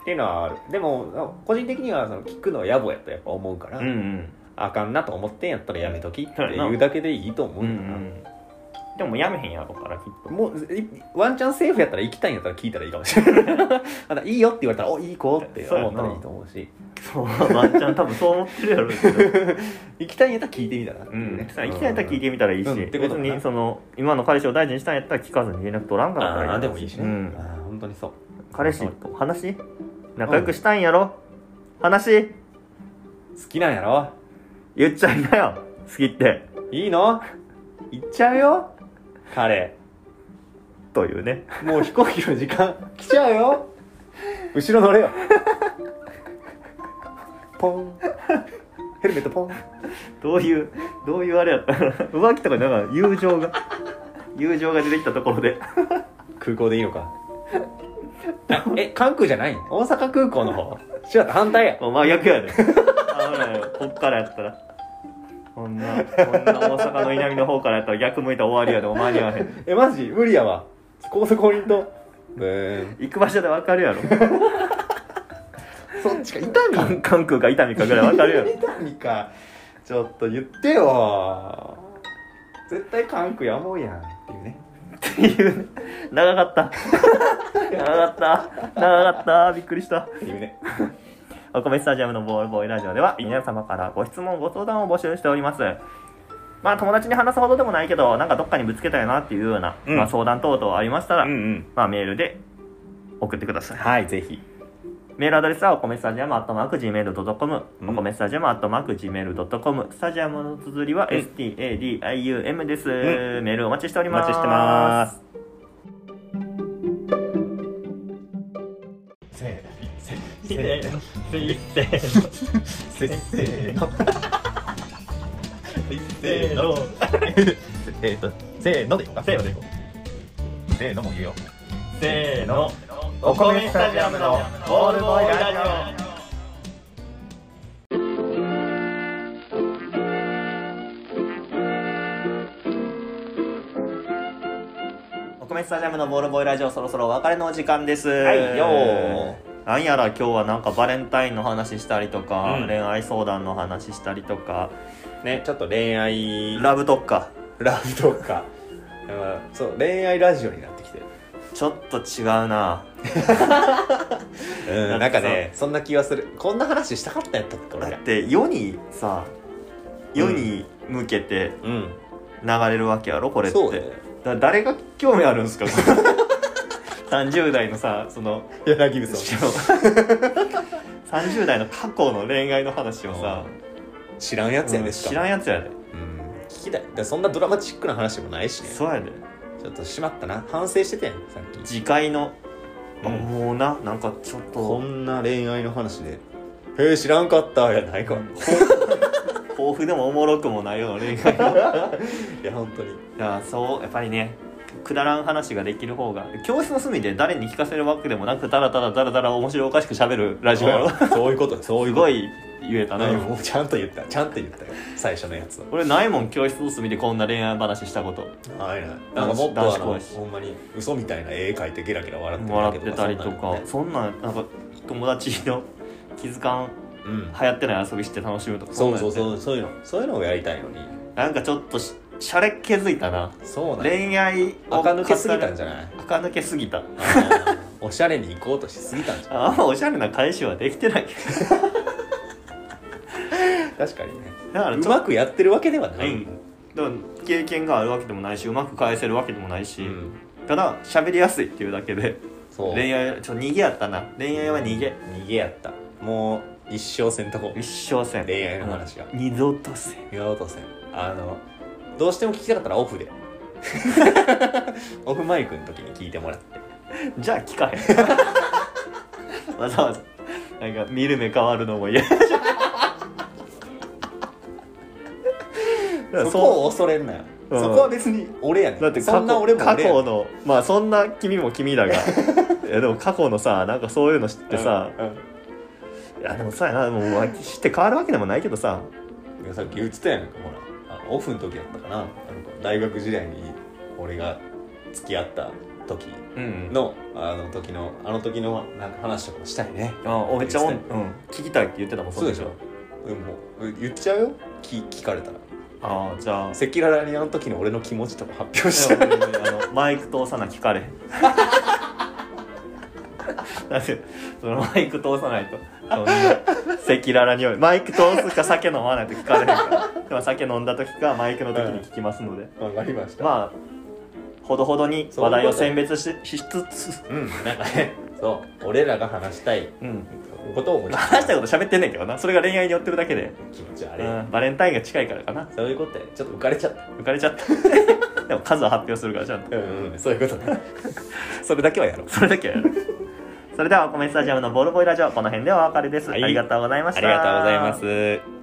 S1: っていうのはあるでも個人的にはその聞くのは野暮やとやっぱ思うから、
S2: うんうん
S1: あかんなと思ってんやったらやめときって
S2: そうやな
S1: いうだけでいいと思う
S2: うんうん
S1: だな、
S2: んでもやめへんやろからきっと
S1: もういワンチャンセーフやったら行きたいんやったら聞いたらいいかもしれないま だいいよって言われたら「おいい子」って思ったらいいと思うし
S2: そうワンちゃん多分そう思ってるやろうけど、
S1: 行きたいんやったら聞いてみたら、
S2: うん、行きたいんやったら聞いてみたらいいし、
S1: うんってこと
S2: 別
S1: かな
S2: にその今の彼氏を大事にしたんやったら聞かずに連絡取らんかったらいい
S1: あ
S2: な
S1: あでもいいしね、
S2: うん
S1: ああ本当にそう
S2: 彼氏と話仲良くしたいんやろ、話
S1: 好きなんやろ
S2: 言っちゃいなよ好きって
S1: いいの行っちゃうよ彼
S2: というね
S1: もう飛行機の時間 来ちゃうよ後ろ乗れよポンヘルメットポン
S2: どういうどういうあれやった 浮気とかなんか友情が友情が出てきたところで
S1: 空港でいいのかあえ関空じゃないん大阪空港の方違った反対や
S2: もう真逆やで危ないよこっからやったらこんなこんな大阪の南の方からやったら逆向いたら終わりやでお前にはへん
S1: えマジ無理やわ高速降りんとブーン
S2: 行く場所でわかるやろ
S1: そっちか痛み
S2: 関関空か伊丹かぐらい分かるよ
S1: 痛みかちょっと言ってよ絶対関空やもうやんっていうね
S2: っていうね長かった長かった長かったびっくりした
S1: っていうね
S2: お米スタジアムのボールボーイラジオでは皆様からご質問ご相談を募集しておりますまあ友達に話すほどでもないけどなんかどっかにぶつけたよなっていうような、
S1: うん
S2: まあ、相談等々ありましたら、
S1: ん
S2: まあ、メールで送ってください
S1: はいぜひ
S2: メールアドレスはお米スタジアムアットマーク Gmail.com、
S1: うん
S2: お米スタジアムアットマーク Gmail.com スタジアムの綴りは STADIUM です、メールお待ちしており
S1: お
S2: ます
S1: 待ちしてます
S4: せーのせー
S1: せーの
S4: せーの
S5: えっと、せーのでいこうか。せーのでいこう。せーのも言うよ。
S4: せーのお米スタジアムのボールボーイラジオ
S2: お米スタジアムのボールボーイラジオそろそろお別れのお時間です
S1: はいよー
S2: なんやら今日はなんかバレンタインの話したりとか、
S1: うん
S2: 恋愛相談の話したりとか
S1: ねちょっと恋愛ラ
S2: ラブとか
S1: ラブとかうんそう恋愛ラジオになってきてる
S2: ちょっと違うな
S1: うんなんかねそんな気がするこんな話したかったやったっけ俺
S2: だ
S1: ら
S2: って世にさ世に向けて
S1: うん
S2: 流れるわけやろこれって
S1: そうだよね
S2: だ誰が興味あるんですか 30代のさその
S1: 柳部
S2: し
S1: さん
S2: かも30代の過去の恋愛の話をさ、
S1: 知らんやつや
S2: うん
S1: でしか
S2: 知
S1: も
S2: らんやつやで
S1: うん聞きたいだからそんなドラマチックな話もないしね
S2: そうやで
S1: ちょっとしまったな反省してたやんさっき
S2: 次回の、
S1: うん
S2: もうななんかちょっ
S1: ことんな恋愛の話で「へえ知らんかった」やないから
S2: 豊富でもおもろくもないよ うな恋愛だか
S1: いや本当に
S2: らそうやっぱりねくだらん話ができる方が教室の隅で誰に聞かせるわけでもなくただただただただ面白おかしく喋るラジオやろ
S1: あ そういうことそう
S2: す
S1: いうこと
S2: ごい言えたな
S1: うんもうちゃんと言ったちゃんと言ったよ最初のやつは
S2: 俺ないもん教室の隅でこんな恋愛話したこと
S1: はいはいなんかもっとあ
S2: 男子
S1: の
S2: 講師
S1: ほんまに嘘みたいな絵描いてゲラゲラ笑ってるだ
S2: 笑
S1: け
S2: ってたりとかそんなんなんか友達の気づかん
S1: そんなんね
S2: 流行ってない遊びして楽しむと
S1: う
S2: か
S1: んそうそう
S2: う
S1: そうそういうのそういうのをやりたいのに
S2: なんかちょっとししゃれっ気づいたな
S1: そうなん
S2: 恋愛を
S1: 垢抜けすぎたんじゃない
S2: 垢抜けすぎた
S1: あー おしゃれに行こうとしすぎたんじゃ
S2: あんまおしゃれな返しはできてない
S1: ない確かにね
S2: だから
S1: う
S2: ちょっ
S1: まくやってるわけでは
S2: と、
S1: な
S2: う
S1: い、
S2: ん、でも経験があるわけでもないしうまく返せるわけでもないし、
S1: うん
S2: ただ喋りやすいっていうだけで
S1: そう
S2: 恋愛ちょ逃げやったな恋愛は逃げ
S1: 逃げやったもう一生せんとこ
S2: 一生せん
S1: 恋愛の話は
S2: うん二度とせん
S1: 見落とせんあのどうしても聞きたかったらオ フでオフマイクの時に聞いてもらって
S2: じゃあ聞か へんわざわざなんか見る目変わるのも 嫌
S1: そこを恐れんなよ、
S2: うん
S1: そこは別に俺やねん
S2: だって過去
S1: そんな俺も
S2: 過
S1: 俺やね
S2: 去
S1: ん
S2: のまあそんな君も君 だがいやでも過去のさなんかそういうの知ってさ、いやでもさやなもうわ知って変わるわけでもないけどさ
S1: うんいやさっき言ってたやんかほらあのオフの時やったかなあの大学時代に俺が付き合った時
S2: うん
S1: のあの時のあの時のなんか話とかもしたいね
S2: あおめっちゃおん、うん、聞きたいって言ってたもん
S1: そうでしょでもう言っちゃうよ聞聞かれたら
S2: ああじゃあ
S1: 赤裸々にあの時の俺の気持ちとか発表し
S2: いや
S1: た
S2: 俺あのマイク通さな聞か れへんだってそのマイク通さないとそんな赤裸々においマイク通すか酒飲まないと聞かれへんからでも酒飲んだ時かマイクの時に聞きますので、
S1: わかりました
S2: まあほどほどに話題を選別ししつつ
S1: うんなんかねそう俺らが話したい
S2: うん
S1: ことを思い
S2: まあ話したこと喋ってんねんけどなそれが恋愛に寄ってるだけで、
S1: 気持ち悪
S2: う
S1: い、
S2: ん、バレンタインが近いからかな
S1: そういうことやちょっと浮かれちゃった
S2: 浮かれちゃった でも数は発表するからちゃんと
S1: うん、うん、そういうことね それだけはやろう
S2: それだけは やるそれではお米スタジアムのボールボーイラジオこの辺でお別れです、
S1: はい
S2: ありがとうございました
S1: ありがとうございます